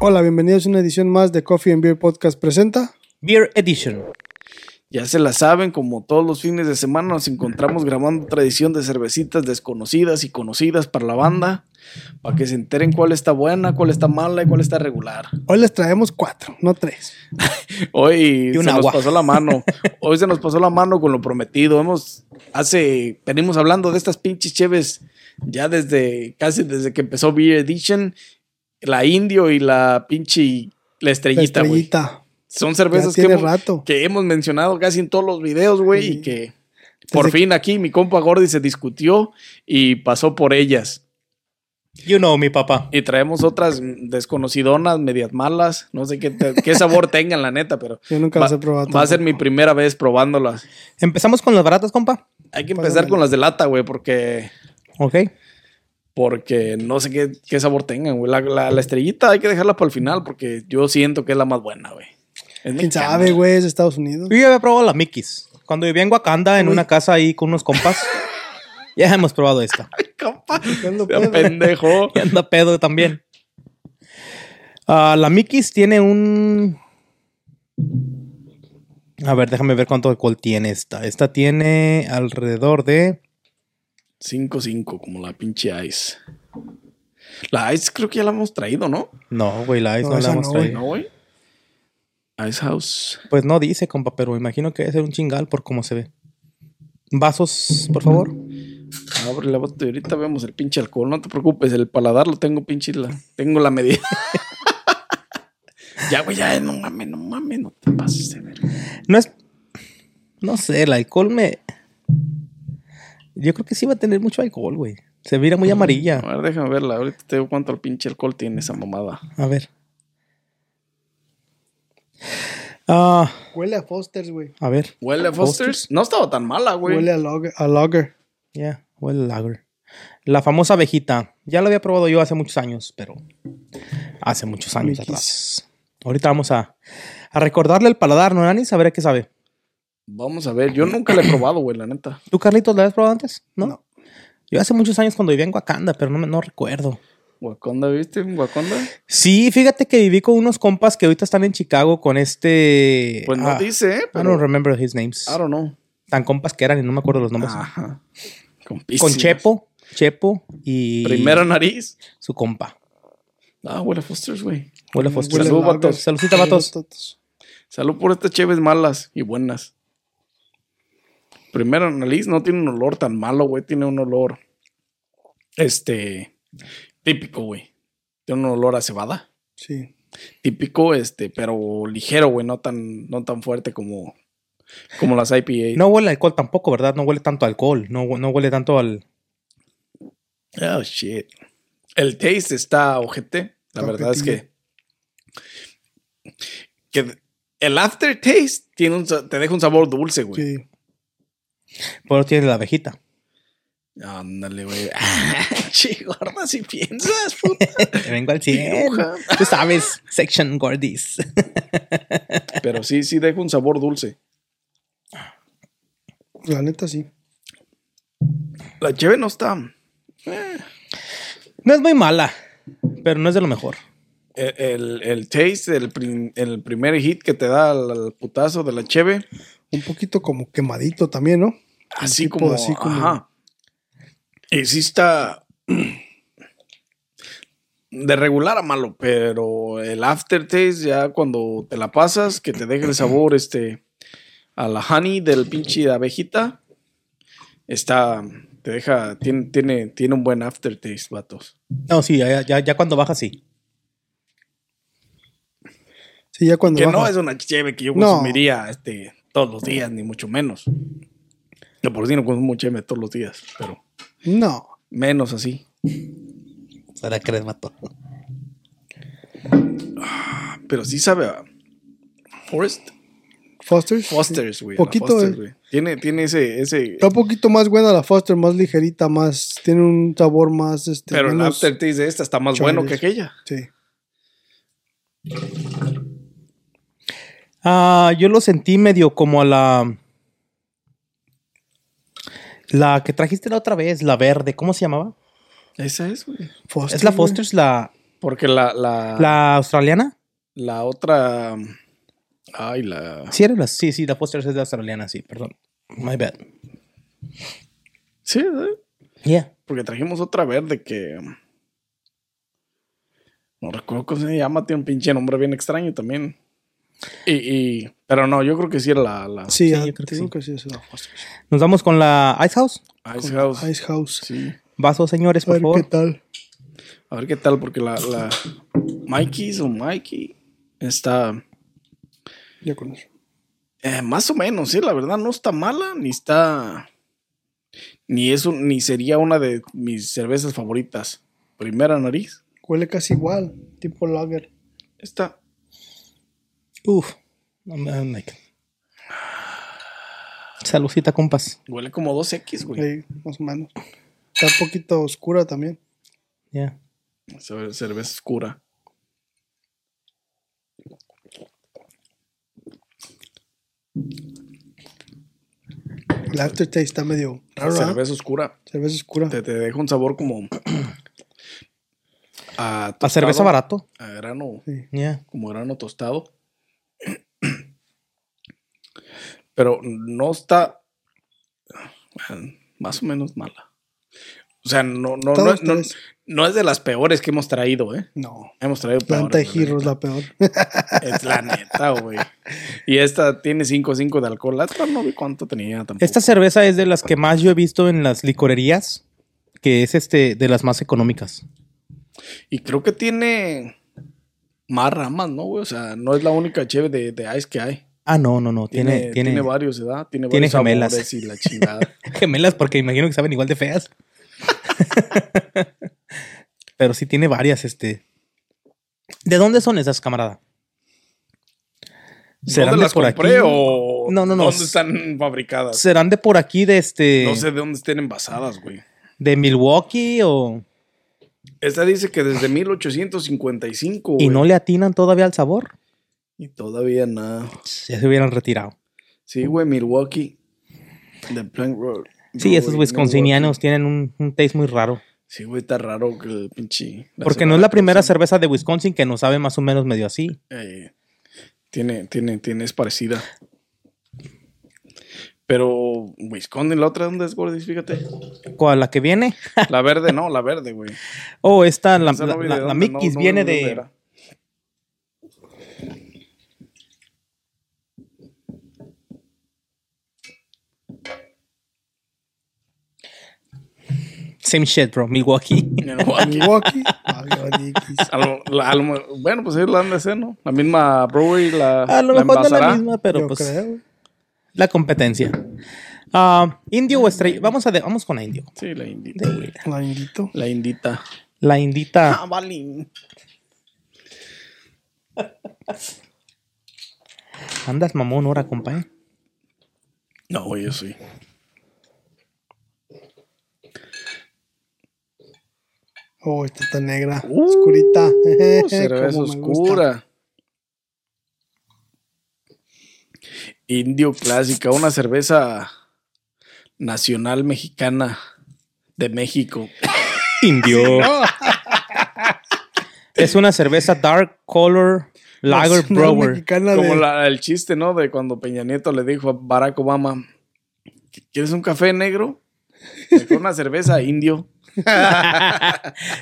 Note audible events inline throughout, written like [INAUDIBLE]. Hola, bienvenidos a una edición más de Coffee and Beer Podcast presenta. Beer Edition. Ya se la saben, como todos los fines de semana nos encontramos grabando tradición de cervecitas desconocidas y conocidas para la banda, para que se enteren cuál está buena, cuál está mala y cuál está regular. Hoy les traemos cuatro, no tres. Hoy Y un se agua. nos pasó la mano. Hoy se nos pasó la mano con lo prometido. Hemos hace venimos hablando de estas pinches cheves ya desde casi desde que empezó Beer Edition, la Indio y la pinche la La estrellita, güey. estrellita. Son cervezas Ya que tiene hemos, rato. que hemos mencionado casi en todos los videos, güey, Sí. y que por Desde- fin aquí mi compa Gordy se discutió y pasó por ellas. You know mi papá. Y traemos otras desconocidonas, medias malas, no sé qué, te- qué sabor [LAUGHS] tengan, la neta, pero Yo nunca va, las he probado. va a ser mi tampoco. primera vez probándolas. Empezamos con las baratas, compa. Hay que Pásamela. empezar con las de lata, güey, porque, Ok. porque no sé qué, qué sabor tengan, güey. La, la- la estrellita hay que dejarla para el final porque yo siento que es la más buena, güey. Es ¿Quién mexicana. sabe, güey? Es de Estados Unidos. Yo ya había probado las Mickeys. Cuando vivía en Wakanda, en Uy. una casa ahí con unos [LAUGHS] compas. ya hemos probado esta. [LAUGHS] Compa, Buscando sea pedo. pendejo. Y anda pedo también. Ah, la Mickey's tiene un. A ver, déjame ver cuánto alcohol tiene esta. Esta tiene alrededor de. 5-5, como la pinche Ice. La Ice creo que ya la hemos traído, ¿no? No, güey, la Ice No, no, la esa hemos no, güey. traído. ¿No, güey? Ice House. Pues no dice, compa, pero imagino que debe ser un chingal por cómo se ve. Vasos, por favor. Abre la botella. Ahorita vemos el pinche alcohol. No te preocupes, el paladar lo tengo pinche. La, tengo la medida. [LAUGHS] ya, güey, ya, no mames, no mames, no te pases de verga. No es. No sé, el alcohol me. Yo creo que sí va a tener mucho alcohol, güey. Se mira muy amarilla. A ver, déjame verla. Ahorita te digo cuánto el pinche alcohol tiene esa mamada. A ver. Ah, Huele a Foster's, güey. a ver. ¿Huele a Foster's? No estaba tan mala, güey. Huele a Lager. A lager. Ya, huele a lager. La famosa abejita. Ya la había probado yo hace muchos años, pero hace muchos años Miquis. atrás. Ahorita vamos a, a recordarle el paladar, ¿no, Nani? Saber a qué sabe. Vamos a ver. Yo nunca la he probado, güey, la neta. ¿Tú, Carlitos, la habías probado antes? ¿No? No. Yo hace muchos años cuando vivía en Wakanda, pero no, me- no recuerdo. Wakanda, ¿viste? Wakanda. Sí, fíjate que viví con unos compas que ahorita están en Chicago con este... Pues no ah, dice, ¿eh? I Pero, don't remember his names. I don't Ah, know. Tan compas que eran y no me acuerdo los nombres. Ajá. Con, con piscis. Chepo, Chepo y Primera nariz. su compa. Ah, huele a Foster's, güey. Huele a Foster. Mm, Huele a Salud, lager. vatos. Saludcita, vatos. Salud por estas cheves malas y buenas. Primera nariz no tiene un olor tan malo, güey. Tiene un olor. Este. Típico, güey. Tiene un olor a cebada. Sí. Típico, este, pero ligero, güey. No tan, no tan fuerte como. Como las IPA. No huele a alcohol tampoco, ¿verdad? No huele tanto a alcohol. No, hue- no huele tanto al. Oh, shit. El taste está ojete. La Está verdad es ojetillo. que. que el aftertaste tiene un, sa- te deja un sabor dulce, güey. Sí. Pero tiene la abejita. [LAUGHS] Ándale, güey. [LAUGHS] Che, gorda, si [LAUGHS] piensas, puta. Te Vengo al 100. Dibuja. Tú sabes, Section Gordis. [LAUGHS] Pero sí, sí deja un sabor dulce. La neta, sí. La cheve no está. No es muy mala, pero no es de lo mejor. El, E, el- el taste, el, prim- el primer hit que te da al, al putazo de la cheve. Un poquito como quemadito también, ¿no? Así tipo, como, así como- Ajá. Y sí está. [CLEARS THROAT] De regular a malo, pero el aftertaste, ya cuando te la pasas, que te deja el sabor este, a la honey del pinche abejita, está. Te deja. Tiene, tiene, tiene un buen aftertaste, vatos. No, sí, ya, ya, ya cuando baja, sí. Sí, ya cuando Que baja. no es una cheve que yo No. consumiría este, todos los días, ni mucho menos. Yo por si no consumo cheve todos los días, pero No. menos así. Será que les mató. Pero sí sabe a Forest Foster's. Foster's, güey. a la Poquito, Foster's, eh. güey. Tiene, tiene ese, ese. Está un poquito más buena la Foster, más ligerita, más. Tiene un sabor más. Este, Pero el menos- aftertaste de esta está más bueno que chongues. aquella. Sí. Ah, yo lo sentí medio como a la. La que trajiste la otra vez, la verde, ¿cómo se llamaba? Esa es, güey. Foster, ¿Es la güey. Foster's, la, Porque la, la, la, la australiana? otra. Ay, la. Sí, era la, sí, sí, la Foster's es la australiana, sí, perdón. My bad. Sí, ¿verdad? Yeah. Porque trajimos otra verde que. No recuerdo cómo se llama, tiene un pinche nombre bien extraño también. Y, y- pero no, yo creo que sí era la, la Sí, ya, yo creo que te digo sí. que sí es la Foster. Nos vamos con la Ice House. Ice House. Ice House. Sí. Vasos, señores, A Pues, por ver qué favor. tal. A ver qué tal, porque la, la Mikey's o Mikey está Ya con eso. eh, más o menos, sí, la verdad no está mala, ni está. Ni es un- ni sería una de mis cervezas favoritas. Primera nariz. Huele casi igual. Tipo lager. Esta. Uf. No me- no me- Saludcita, compas. Huele como 2X, güey. Ahí, más o menos. Está un poquito oscura también. Yeah. Cerve- Cerveza oscura. El aftertaste está medio raro. ¿ah? Cerveza, cerveza oscura. oscura. Te, te deja un sabor como. [CLEARS THROAT] a La tostado, cerveza barato. A grano. Sí. Yeah. Como grano tostado. Pero no está. Más o menos mala. O sea, no, no, no, Todas es- no- tres. no es de las peores que hemos traído, ¿eh? No. Hemos traído peores. Planta de la giro es neta. la [LAUGHS] peor. Es la neta, güey. Y esta tiene 5.5 de alcohol. La otra no vi cuánto tenía tampoco. Esta cerveza es de las que más yo he visto en las licorerías, que es este de las más económicas. Y creo que tiene más ramas, ¿no, güey? O sea, no es la única cheve de, de Ice que hay. Ah, no, no, no. Tiene, Tiene, tiene, tiene varios, ¿verdad? Tiene, tiene varios gemelas. sabores y la chingada. gemelas porque imagino que saben igual de feas. [LAUGHS] Pero sí tiene varias, este. ¿De dónde son esas, camarada? ¿Dónde de las por compré aquí? o No, no, no. dónde están fabricadas? ¿Serán de por aquí de este. No sé de dónde estén envasadas, güey. de Milwaukee o. Esta dice que desde 1855, Y güey. no le atinan todavía al sabor. Y todavía nada. Ya se hubieran retirado. Sí, güey, Milwaukee. The Plank Road. Sí, esos Brewery, wisconsinianos tienen un, un taste muy raro. Milwaukee. Sí, güey, está raro que el pinche. la Porque cerveza no es la que primera usan, cerveza de Wisconsin que nos sabe más o menos medio así. eh, tiene, tiene, tiene, es parecida. Pero Wisconsin, la otra, ¿dónde es, Gordis? Fíjate. [LAUGHS] ¿Cuál? ¿La que viene? La verde, no, la verde, güey. Oh, esta, la, Esa la, no vi la- de la dónde, no- Mickey's no vi viene dónde de. era. Same shit, bro. [LAUGHS] Milwaukee. Milwaukee. Milwaukee. Vale, X. A lo- la- a lo- bueno, pues ahí la han de hacer, ¿no? La misma brewery, la. [LAUGHS] A lo la mejor no es la envasará. misma, [LAUGHS] pero Yo pues creo, güey. la competencia. Ah, indio o estrella. Vamos, a de- vamos con la indio. Sí, la indita, güey. De- La invito. La indita. La indita. Ah, vale. Andas mamón ahora, compa. eh. No, güey, yo sí. Oh, esta está negra. Uh, oscurita. [LAUGHS] Pues Pues cerveza Cómo me gusta. oscura. Indio clásica, una cerveza nacional mexicana de México. Indio. es una cerveza dark color lager Nacional brewer. Mexicana Como de- la- el chiste, ¿no? De cuando Peña Nieto le dijo a Barack Obama, ¿quieres un café negro? Mejor una cerveza indio.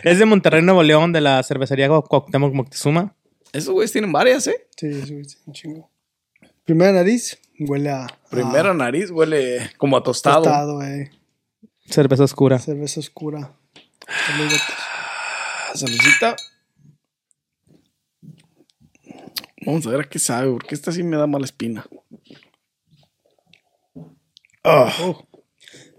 Es de Monterrey, Nuevo León, de la cervecería Cuau- Cuauhtémoc Moctezuma. Esos güeyes tienen varias, ¿eh? Sí, sí, sí, un chingo. Primera nariz. Huele a. Primera a nariz huele como a tostado. tostado, eh. Cerveza oscura. Cerveza oscura. Saludos. Ah, Salucita. Vamos a ver a qué sabe, porque esta sí me da mala espina. Oh,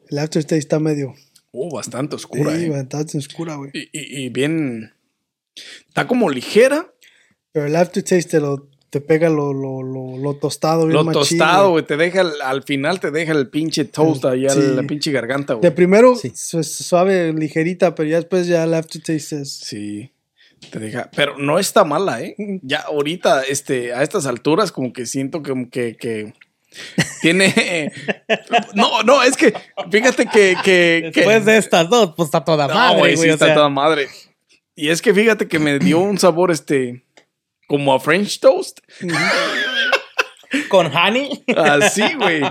el aftertaste está medio. Oh, bastante oscura, Sí, eh. bastante oscura, güey. Y, y- y bien. Está como ligera. Pero el aftertaste te, lo, te pega lo, lo, lo, lo tostado, bien Lo machín, tostado, güey. güey. Te deja, el- al final te deja el pinche toast allá, Sí. la pinche garganta, De güey. primero Sí. su- suave, ligerita, pero ya después ya el aftertaste es. Sí. Te deja. Pero no está mala, ¿eh? Ya ahorita, este, a estas alturas, como que siento que. como que, que [LAUGHS] tiene. no, no, es que. Fíjate que. que, que- Después de estas dos, pues está toda No, madre, güey, güey. sí o está sea, toda madre. Y es que fíjate que me dio un sabor, este, como a French toast. Con honey, [LAUGHS] Así, güey.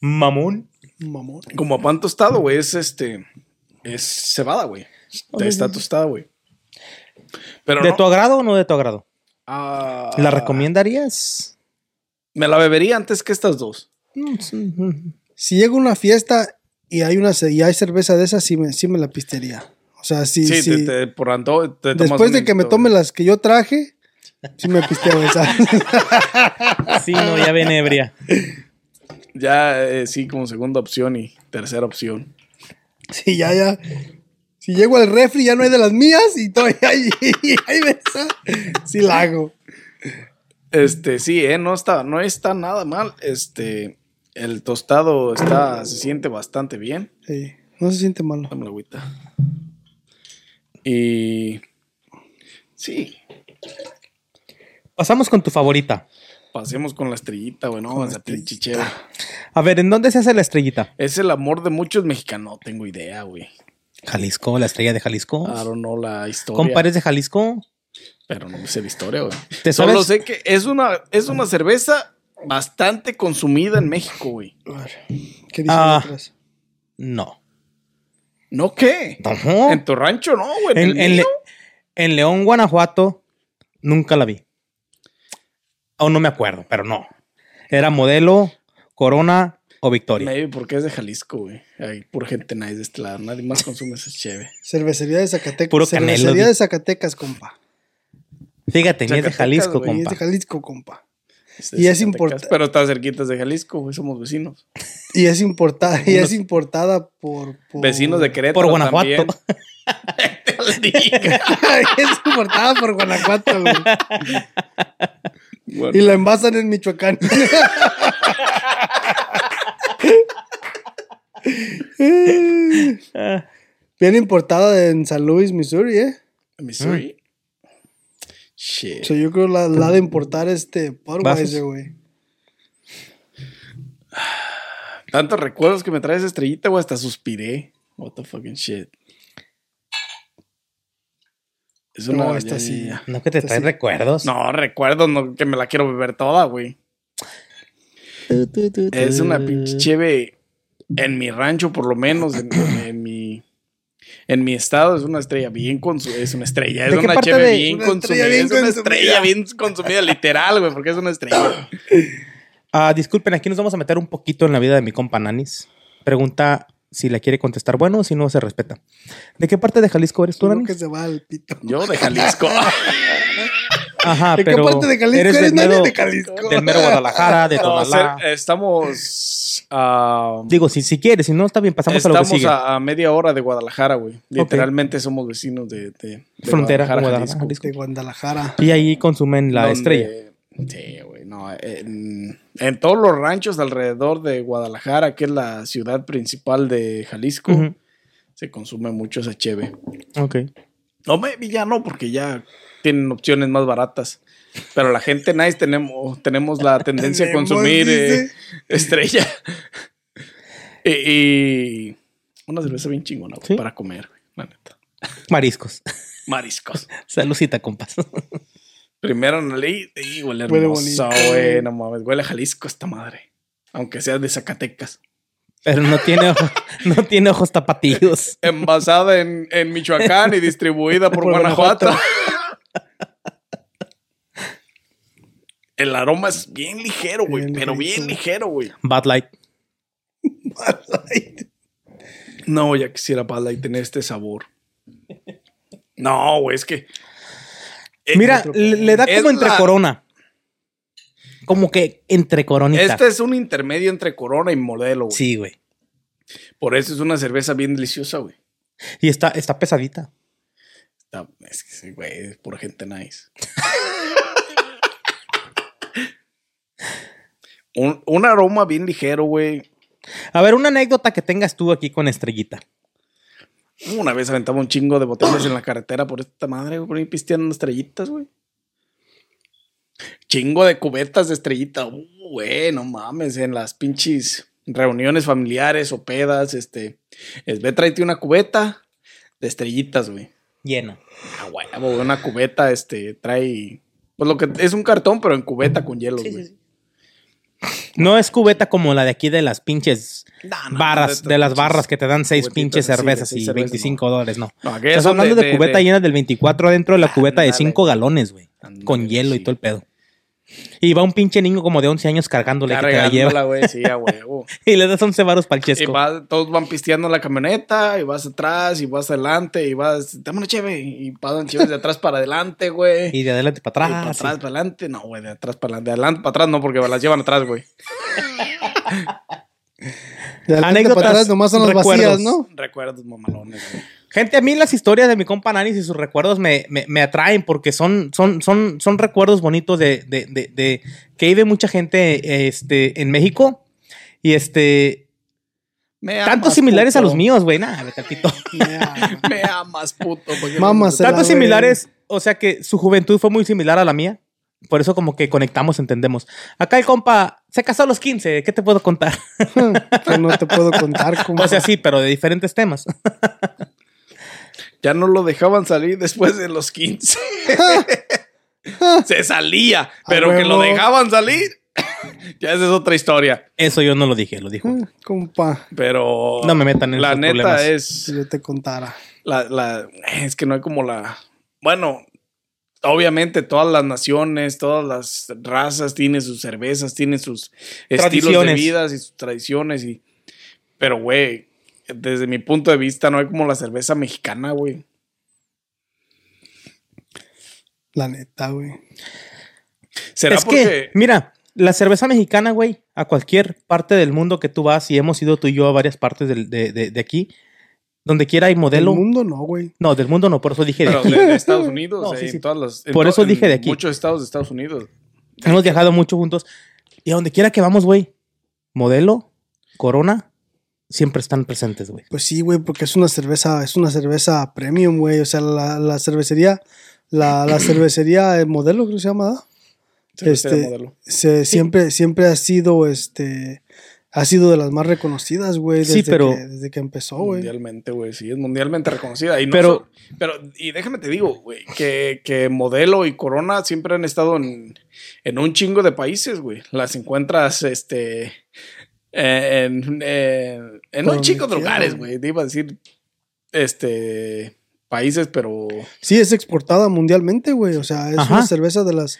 mamón. Mamón. Como a pan tostado, güey. Es este, es cebada, güey. Está, está tostada, güey. Pero ¿De no- tu agrado o no de tu agrado? Ah, ¿La recomendarías? Me la bebería antes que estas dos. Mm, sí, mm. Si llego a una fiesta y hay una ce- y hay cerveza de esas, sí me, sí me la pistería. O sea, sí, Sí, sí. te- te- por anto- te tomas después un de que me hilito, tome güey. las que yo traje, sí me pisteo esas. Sí, no, ya ven ebria. Ya, eh, sí, como segunda opción y tercera opción. [LAUGHS] Sí, ya, ya. Si llego al refri, ya no hay de las mías [LAUGHS] y todavía hay, hay de esa. Sí la hago. Este, sí, eh, no está, no está nada mal. Este, el tostado está, se siente bastante bien. Sí, no se siente malo. Dame la agüita. Y. Sí, Pasamos con tu favorita. pasemos con la estrellita, güey. No, Con la esa estrellita. pinche chévere. A ver, ¿en dónde se hace la estrellita? Es el amor de muchos mexicanos, no tengo idea, güey. Jalisco, la estrella de Jalisco. I don't know la historia. Con pares de Jalisco. Pero no sé la historia, güey. ¿Te Solo sabes? sé que es una, es una cerveza bastante consumida en México, güey. ¿Qué dicen Ah. otras? No. ¿No qué? No. En tu rancho no, güey. En, En, en el Le- mío. en León, Guanajuato, nunca la vi. O no me acuerdo, pero no. Era modelo, corona o victoria. Maybe porque es de Jalisco, güey. Hay pura gente nice de este lado. Nadie más consume esa chévere. Cervecería de Zacatecas. Puro canelo, Cervecería di- de Zacatecas, compa. Fíjate, ni es de Zacatecas, Jalisco, güey, Y es compa. de Jalisco, compa. Y es importa- Pero está cerquitas de Jalisco, güey. Somos vecinos. Y es importada, y Unos- es importada por, por- Vecinos de Querétalo. Por Guanajuato. también. [LAUGHS] [LAUGHS] Te lo digo. [LAUGHS] es importada por Guanajuato, güey. Bueno, Y la envasan en [LAUGHS] Michoacán. Ah, Viene importada en San Luis, Missouri, ¿eh? Mm. Missouri. Shit. O sea, yo creo la, la de importar este Bajos. Budweiser, güey. Tantos recuerdos que me traes estrellita, güey. Hasta suspiré. What the fucking shit. Es una. No, ya, esta ya, sí. ya. No que te Esto traes sí. recuerdos. No, recuerdo no, que me la quiero beber toda, güey. Es Eh. una pinche cheve. En mi rancho, por lo menos, en, en mi. En mi estado es una estrella bien consumida. Es una estrella. Es ¿De qué una parte cheve de- bien Una consumida. estrella bien es una estrella consumida. bien consumida, literal, güey, porque es una estrella. Ah, disculpen, aquí nos vamos a meter un poquito en la vida de mi compa Nanis. Pregunta si la quiere contestar bueno o si no se respeta. ¿De qué parte de Jalisco eres tú, Uno Nanis? que se va al pito. Yo de [LAUGHS] Jalisco. [LAUGHS] Ajá, ¿De qué Ah, pero parte de Jalisco eres? eres? del Nadie mero- de Jalisco. Del mero Guadalajara, de No, eh, Tonalá. ser- estamos ah, a, Digo, si, si quieres, si no, está bien, pasamos a lo que estamos sigue. a, a media hora de Guadalajara, güey. Literalmente somos vecinos de, de- de Frontera con Guadalajara, Guadalajara, Jalisco. De Guadalajara. Y ahí consumen la Donde- estrella. Sí, güey. No, en, en todos los ranchos alrededor de Guadalajara, que es la ciudad principal de Jalisco, Ujú, se consume mucho esa cheve. Ok. No, maybe ya no, porque ya tienen opciones más baratas. Pero la gente nice tenemos, tenemos [LAUGHS] la tendencia a Tenemos, consumir dice. eh, estrella. [LAUGHS] y, y una cerveza bien chingona güey, Sí. para comer, güey, la neta. Mariscos. [LAUGHS] Mariscos. Salucita, compas. [LAUGHS] [LAUGHS] Primero en la ley, y huele Huele hermoso, bonito, güey. güey. No mames, huele a Jalisco esta madre. Aunque sea de Zacatecas. Pero no tiene, ojo- no tiene ojos tapatíos. Envasada en, en Michoacán y distribuida [LAUGHS] por, Por Guanajuato. Guanajuato. [LAUGHS] El aroma es bien ligero, güey. Bien Pero rico. bien ligero, güey. Bad Light. No, ya [LAUGHS] quisiera Bad Light tener este sabor. No, güey, es que. Mira, le, le da Es como entre la- corona. Como que entre coronita. Este es un intermedio entre Corona y Modelo, güey. Sí, güey. Por eso es una cerveza bien deliciosa, güey. Y está, está pesadita. Está- Es que, sí, güey, es pura gente nice. un, un aroma bien ligero, güey. A ver, una anécdota que tengas tú aquí con Estrellita. Una vez aventaba un chingo de botellas en la carretera por esta madre, güey, por ahí pisteando estrellitas, güey. Chingo de cubetas de estrellita, uh, güey, no mames, en las pinches reuniones familiares o pedas, este. Es, ve, tráete una cubeta de estrellitas, güey. Llena. A huevo, güey, una cubeta, este, trae. Pues lo que es un cartón, pero en cubeta con hielo, güey. No es cubeta como la de aquí de las pinches Ah, No, no, barras, no, de las pinches barras que te dan seis cubetitas pinches así de cervezas seis y cervezas, 25 dólares, no. No, aquellas Estás son hablando de, cubeta llena del 24 dentro de la cubeta de Ándale. 5 galones, güey. Ándale, Con hielo y sí. todo el pedo. Y va un pinche niño como de 11 años cargándole que te la Cargándola, lleva. güey, sí, a huevo. [LAUGHS] Y le das 11 varos para el Y chesco. vas- todos van pisteando la camioneta, y vas atrás, y vas adelante, y vas, dame una cheve, y pasan cheves de atrás para adelante, güey. Y de adelante para atrás. Y para sí. atrás, para adelante. No, güey, de atrás para adelante. De adelante para atrás, no, porque las llevan atrás, [LAUGHS] güey. De adelante Anécdotas, para atrás nomás son las recuerdos. vacías, ¿no? Recuerdos mamalones, güey. Gente, a mí las historias de mi compa Nanis y sus recuerdos me, me- me atraen porque son, son, son, son recuerdos bonitos de, de- de- de- que vive mucha gente este, en México y este Me tantos amas, similares a puto. los míos, güey. Nada, vete al pito. Me amas, puto. porque- Mamas. Se la Tantos ven. similares, o sea que su juventud fue muy similar a la mía. Por eso como que conectamos, entendemos. Acá el compa se casó a los 15, ¿qué te puedo contar? [LAUGHS] Que Pues no te puedo contar cómo. O sea, sí, pero de diferentes temas. Ya no lo dejaban salir después de [LAUGHS] los 15. Se salía, pero que lo huevo. dejaban salir, [LAUGHS] ya esa es otra historia. Eso yo no lo dije, lo dijo. Mm, Compa, Pero No me metan en la esos neta problemas. si es yo te contara. la, la- es que no hay como la bueno, obviamente todas las naciones, todas las razas tienen sus cervezas, tienen sus estilos de Tradiciones. vida y sus tradiciones y pero güey, desde mi punto de vista no hay como la cerveza mexicana, güey. La neta, güey. ¿Será es porque que, mira, la cerveza mexicana, güey, a cualquier parte del mundo que tú vas, y hemos ido tú y yo a varias partes del- de, de- de aquí, donde quiera hay Del modelo. mundo no, güey. No, del mundo no, por eso dije de Pero aquí. de, de Estados Unidos, [LAUGHS] No, eh, sí, sí. en todas las- en Por to- eso dije en de aquí. Muchos estados de Estados Unidos. Hemos viajado mucho juntos. Y a donde quiera que vamos, güey, modelo, corona, siempre están presentes, güey. Pues sí, güey, porque es una cerveza, es una cerveza premium, güey. O sea, la, la cervecería, la, [CLEARS THROAT] la cervecería eh, modelo, creo que se llama, ¿verdad? Cervecería Este, modelo. se, siempre, siempre ha sido, este, ha sido de las más reconocidas, güey, Sí, desde, pero- que, desde que empezó, güey. Mundialmente, güey, sí, es mundialmente reconocida. Y no Pero- so- pero, y déjame te digo, güey, que, que Modelo y Corona siempre han estado en, en un chingo de países, güey. Las encuentras, este, eh, en, eh, en Por un chingo donde de lugares, quiera, güey. Te iba a decir, este, países, pero... Sí, es exportada mundialmente, güey. O sea, es Ajá. una cerveza de las.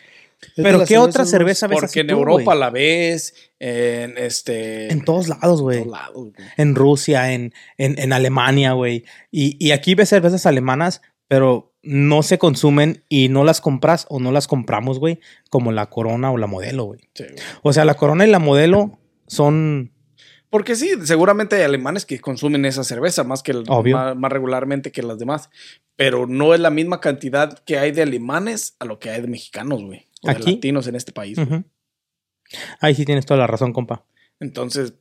es de Pero las ¿qué otra cervezas cerveza ves Porque así en tú, Europa güey? la ves, en este... En todos lados, en güey. todos lados, güey. en Rusia, en, en, en Alemania, güey. Y, y aquí ves cervezas alemanas, pero no se consumen y no las compras o no las compramos, güey, como la Corona o la Modelo, güey. Sí, güey. O sea, la Corona y la Modelo son... Porque sí, seguramente hay alemanes que consumen esa cerveza más que el- Obvio. Más, más regularmente que las demás, pero no es la misma cantidad que hay de alemanes a lo que hay de mexicanos, güey, o de Aquí. latinos en este país. güey. Ujú. Ahí sí tienes toda la razón, compa. Entonces,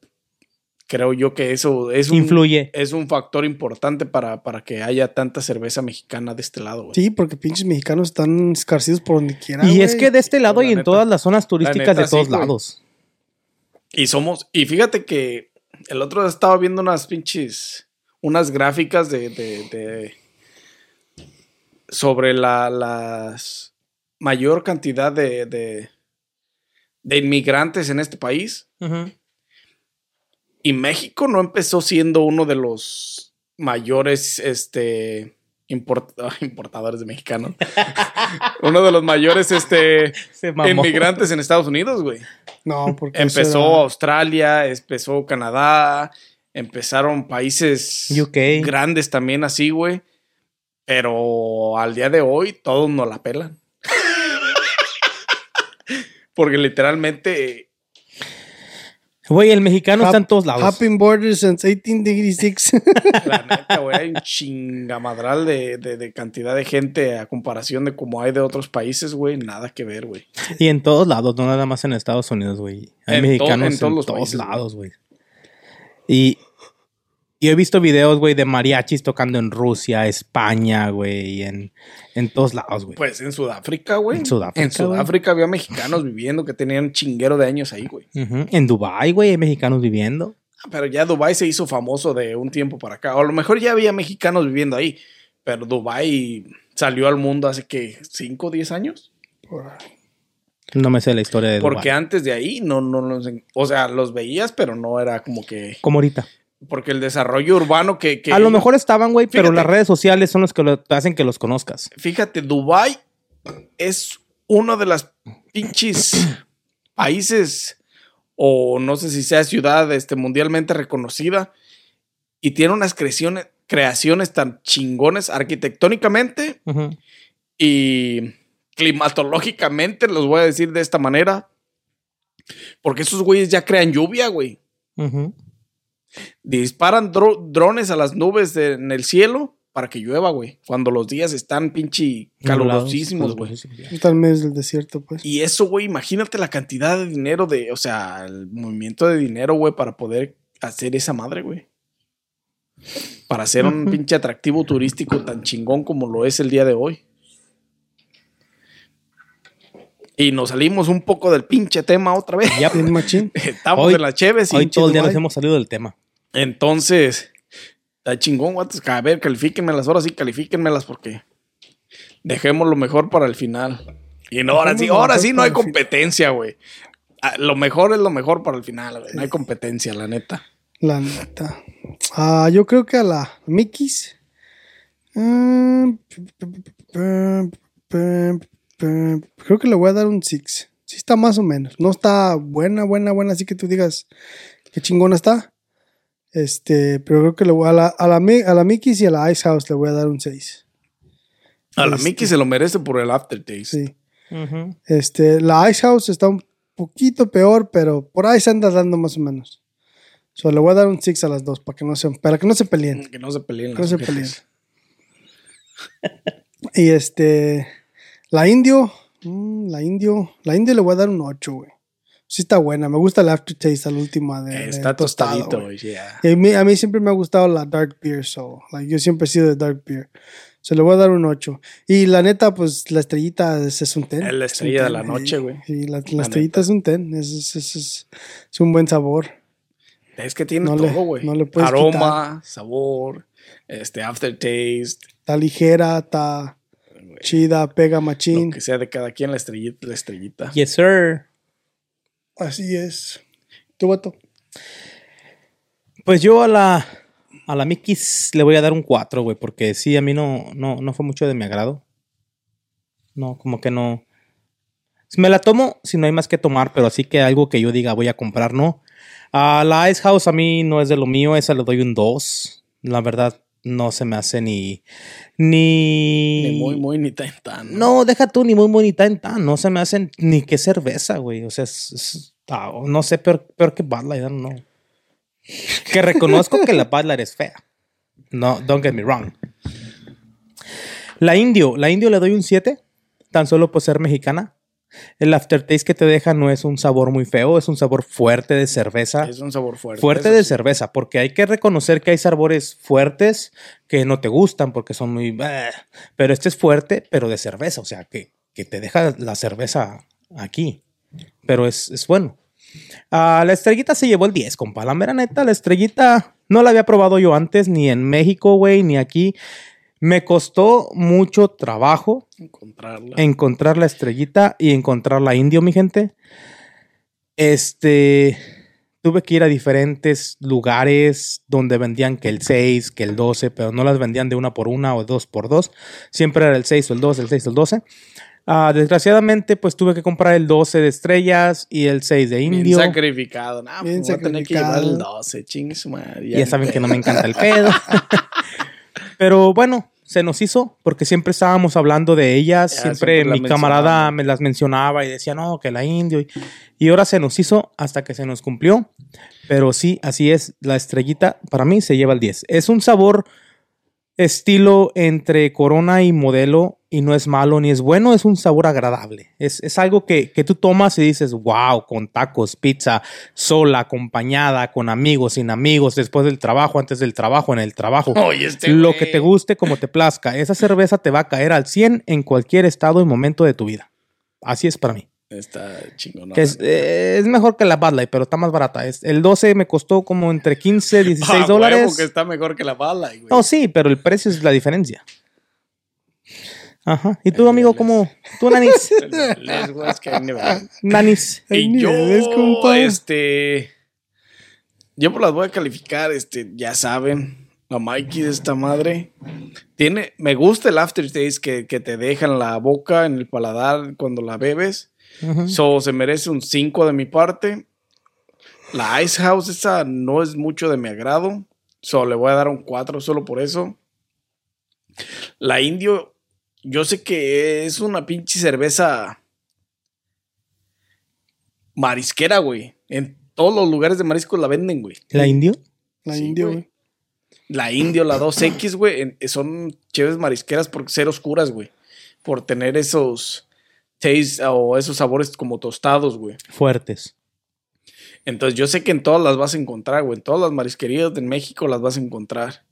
creo yo que eso es un, Influye. es un factor importante para, para que haya tanta cerveza mexicana de este lado, güey. Sí, porque pinches mexicanos están escarcidos por donde quiera. Y güey. es que de este lado la y en neta- todas las zonas turísticas neta de todos sí, güey. lados. Y somos, y fíjate que el otro día estaba viendo unas pinches, unas gráficas de, de- de- sobre la las mayor cantidad de, de, de inmigrantes en este país. Ujú. Y México no empezó siendo uno de los mayores, este, import- [LAUGHS] importadores de mexicanos. uno de los mayores, este, Se mamó. inmigrantes en Estados Unidos, güey. No, porque. eso Empezó era- Australia, empezó Canadá, empezaron países UK. grandes también así, güey. Pero al día de hoy todos nos la pelan. Porque literalmente Güey, el mexicano está en todos lados. Happy Borders since 1886. La neta, güey, hay un chingamadral de, de- de cantidad de gente a comparación de como hay de otros países, güey. Nada que ver, güey. Y en todos lados, no nada más en Estados Unidos, güey. Hay En to- mexicanos en en todos todos, los países, güey. lados, güey. Y, y he visto videos, güey, de mariachis tocando en Rusia, España, güey, y en, en todos lados, güey. Pues en Sudáfrica, güey. En Sudáfrica, En Sudáfrica había mexicanos viviendo que tenían un chinguero de años ahí, güey. Ujú. En Dubái, güey, hay mexicanos viviendo. Pero ya Dubái se hizo famoso de un tiempo para acá. O a lo mejor ya había mexicanos viviendo ahí. Pero Dubái salió al mundo hace que 5 o 10 años. No me sé la historia de Porque Dubái. antes de ahí no, no los. en- O sea, los veías, pero no era como que. Como ahorita. Porque el desarrollo urbano que. que A lo mejor estaban, güey, pero Fíjate. las redes sociales son los que lo- hacen que los conozcas. fíjate, Dubai es uno de las pinches países o no sé si sea ciudad este, mundialmente reconocida y tiene unas creaciones, creaciones tan chingones arquitectónicamente Ujú. y climatológicamente, los voy a decir de esta manera, porque esos güeyes ya crean lluvia, güey. Ujú. Disparan dro- drones a las nubes de- en el cielo para que llueva, güey. Cuando los días están pinche calurosísimos, pues, güey. [LAUGHS] Tal vez el desierto, pues. Y eso, güey, imagínate la cantidad de dinero de, o sea, el movimiento de dinero, güey, para poder hacer esa madre, güey. Para hacer un pinche atractivo turístico tan chingón como lo es el día de hoy. Y nos salimos un poco del pinche tema otra vez. [LAUGHS] Ya, Bien machín. Estamos Hoy- en la Cheves hoy y todo el día nos Dubái. hemos salido del tema. entonces, está chingón, guatos. A ver, califíquenme las horas y califíquenmelas porque dejemos lo mejor para el final. Y no, ahora sí, Dejemos lo ahora mejor sí no hay para el final. competencia, güey. Ah, Lo mejor es lo mejor para el final, güey. No hay competencia, la neta. La neta. Ah, yo creo que a la Mickey's. Ah, creo que le voy a dar un 6. Sí está más o menos. No está buena, buena, buena, así que tú digas qué chingona está. Este, pero creo que le voy a la, a la, Mi- a la Mickey's y a la Ice House le voy a dar un 6. A la Este. Mickey se lo merece por el aftertaste. Sí. Este, la Ice House está un poquito peor, pero por ahí se anda dando más o menos. So, le voy a dar un 6 a las dos para que no se, para que no se peleen. Que no se peleen las No se ojetes. peleen. [LAUGHS] Y este. La Indio. mm, la Indio. La Indio le voy a dar un 8, güey. Sí está buena. Me gusta el aftertaste, la última de. Eh, de Está tostado, tostadito, güey. güey. yeah. Y a mí, a mí siempre me ha gustado la Dark Beer, so. like, yo siempre he sido de Dark Beer. Se le voy a dar un 8. Y la neta, pues la estrellita es, es un 10. Es la Es un estrella de 10, la noche, güey. Sí, la, la La estrellita neta. es un 10. Es, es, es- es- es un buen sabor. Es que tiene No le- todo, güey. no le puedes Aroma, sabor, este aftertaste, Está ligera, está chida, pega machín. lo que sea de cada quien, la estrellita, la estrellita. Yes, sir. Así es. Tu voto. Pues yo a la, a la Mickey's le voy a dar un 4, güey, porque sí, a mí no, no, no fue mucho de mi agrado. No, como que no. Me la tomo si no hay más que tomar, pero así que algo que yo diga voy a comprar, no. A la Ice House a mí no es de lo mío, esa le doy un 2. La verdad, no se me hace ni. Ni. Ni muy, muy, ni tan, tan. No, deja tú ni muy bonita en tan. No se me hacen ni qué cerveza, güey. O sea, es- es- ah, no sé, peor, peor que Bud Light, I don't know. Que reconozco que la Bud Light es fea. No, don't get me wrong. La Indio, la Indio le doy un 7, tan solo por ser mexicana. El aftertaste que te deja no es un sabor muy feo, es un sabor fuerte de cerveza. Es un sabor fuerte. Ah, Fuerte eso de sí. cerveza, porque hay que reconocer que hay sabores fuertes que no te gustan porque son muy... "Bah", Pero este es fuerte, pero de cerveza, o sea, que, que te deja la cerveza aquí. Pero es, es bueno. Ah, la estrellita se llevó el 10, compa. La mera neta, la estrellita no la había probado yo antes, ni en México, güey, ni aquí. Me costó mucho trabajo Encontrarla. encontrar la estrellita y encontrar la indio, mi gente. Este, tuve que ir a diferentes lugares donde vendían que el 6, que el 12, pero no las vendían de una por una o dos por dos. Siempre era el 6 o el 2, el 6 o el 12. Ah, desgraciadamente, pues tuve que comprar el 12 de estrellas y el 6 de Bien indio. sacrificado. Nah, Bien pues voy a tener que llevar el sacrificado. 12, chingue su madre. Ya saben [LAUGHS] ni que no me encanta el pedo. pero bueno, se nos hizo porque siempre estábamos hablando de ellas, Ya, siempre, Ah, siempre la mi camarada mencionaba. me las mencionaba y decía, no, que la indio. Y, y ahora se nos hizo hasta que se nos cumplió. Pero sí, así es, la estrellita para mí se lleva el 10. Es un sabor estilo entre corona y modelo y no es malo ni es bueno, es un sabor agradable. Es, es algo que, que tú tomas y dices, wow, con tacos, pizza, sola, acompañada, con amigos, sin amigos, después del trabajo, antes del trabajo, en el trabajo. [LAUGHS] Oye, este lo güey. que te guste, como te plazca. Esa cerveza te va a caer al 100 en cualquier estado y momento de tu vida. Así es para mí. Está chingón. Ah, Que es, eh, es mejor que la Bud Light, pero está más barata. Es- el 12 me costó como entre 15 16 dólares. Ah, que está mejor que la bala, güey. No, Oh, sí, pero el precio es la diferencia. Ajá. ¿Y tú, amigo, cómo? ¿Tú, [LAUGHS] Nanis? Les voy a escribir, ¿verdad? [LAUGHS] Nanis. Ay, Y ni yo, ves, compa. este. Yo pues las voy a calificar, este, ya saben, la Mikey de esta madre. Tiene, me gusta el aftertaste que, que te deja en la boca, en el paladar cuando la bebes. Ujú. So, se merece un 5 de mi parte. La Ice House, esa no es mucho de mi agrado. So, le voy a dar un 4 solo por eso. La Indio, yo sé que es una pinche cerveza marisquera, güey. En todos los lugares de mariscos la venden, güey. ¿La indio? La Sí, indio, güey. güey. La Indio, la 2X, güey, en- son chéves marisqueras por ser oscuras, güey. Por tener esos taste o esos sabores como tostados, güey. Fuertes. Entonces yo sé que en todas las vas a encontrar, güey. En todas las marisquerías de México las vas a encontrar.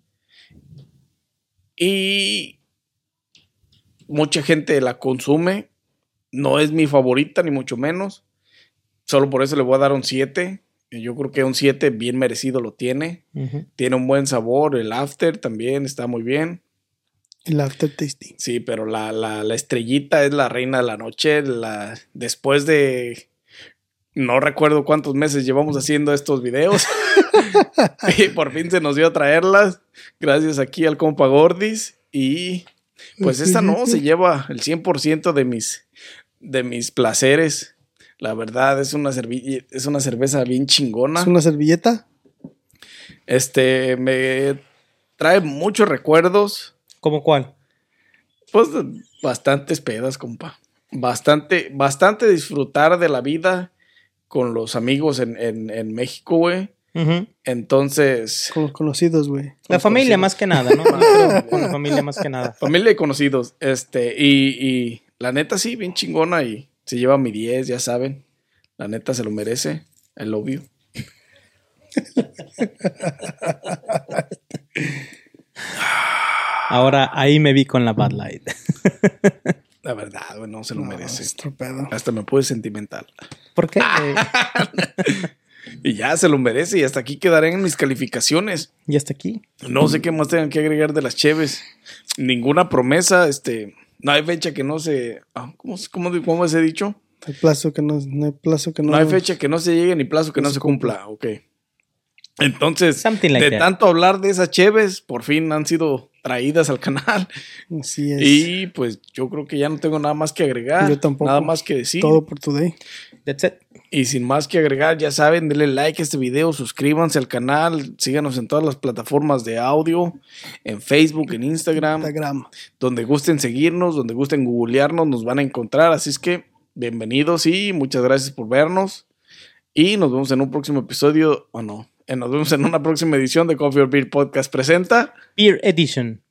Y mucha gente la consume. No es mi favorita, ni mucho menos. Solo por eso le voy a dar un 7. Yo creo que un 7 bien merecido lo tiene. Ujú. Tiene un buen sabor. El after también está muy bien. El aftertasting. Sí, pero la, la, la estrellita es la reina de la noche. La, después de. No recuerdo cuántos meses llevamos haciendo estos [LAUGHS] videos. [LAUGHS] y por fin se nos dio a traerlas. Gracias aquí al compa Gordis. Y pues esta [LAUGHS] no se lleva el 100% de mis, de mis placeres. La verdad es una, cervi- es una cerveza bien chingona. Es una servilleta. Este me trae muchos recuerdos. ¿Cómo cuál? Pues bastantes pedas, compa. Bastante, bastante disfrutar de la vida con los amigos en, en- en México, güey. Ujú. Entonces, Con los conocidos, güey. La familia más que [LAUGHS] nada, ¿no? Yo creo, Con la familia más que nada. familia y conocidos. Este, y, y la neta sí, bien chingona y se lleva mi 10, ya saben. La neta se lo merece, el obvio. Ahora ahí me vi con la Bud Light. La verdad, güey, no se lo No, este merece. Ah, es otro pedo. Hasta me puse sentimental. ¿Por [LAUGHS] qué? Eh, Y ya se lo merece y hasta aquí quedarán mis calificaciones. y hasta aquí. No sé qué más tengan que agregar de las Cheves. Ninguna promesa, este. No hay fecha que no se. ah, ¿Cómo, se- cómo, cómo se ha dicho? Hay plazo que no, no hay plazo que no. No, hay fecha que no se llegue ni plazo que no, se cumpla. Ok. Entonces, Something like de that. tanto hablar de esas Cheves, por fin han sido traídas al canal. Así es. Y pues yo creo que ya no tengo nada más que agregar. Yo tampoco. Nada más que decir. Todo por today. That's it. Y sin más que agregar, ya saben, denle like a este video, suscríbanse al canal, síganos en todas las plataformas de audio, en Facebook, en Instagram. donde gusten seguirnos, donde gusten googlearnos, nos van a encontrar. Así es que bienvenidos y muchas gracias por vernos. Y nos vemos en un próximo episodio, o no, eh, nos vemos en una próxima edición de Coffee or Beer Podcast presenta. Beer Edition.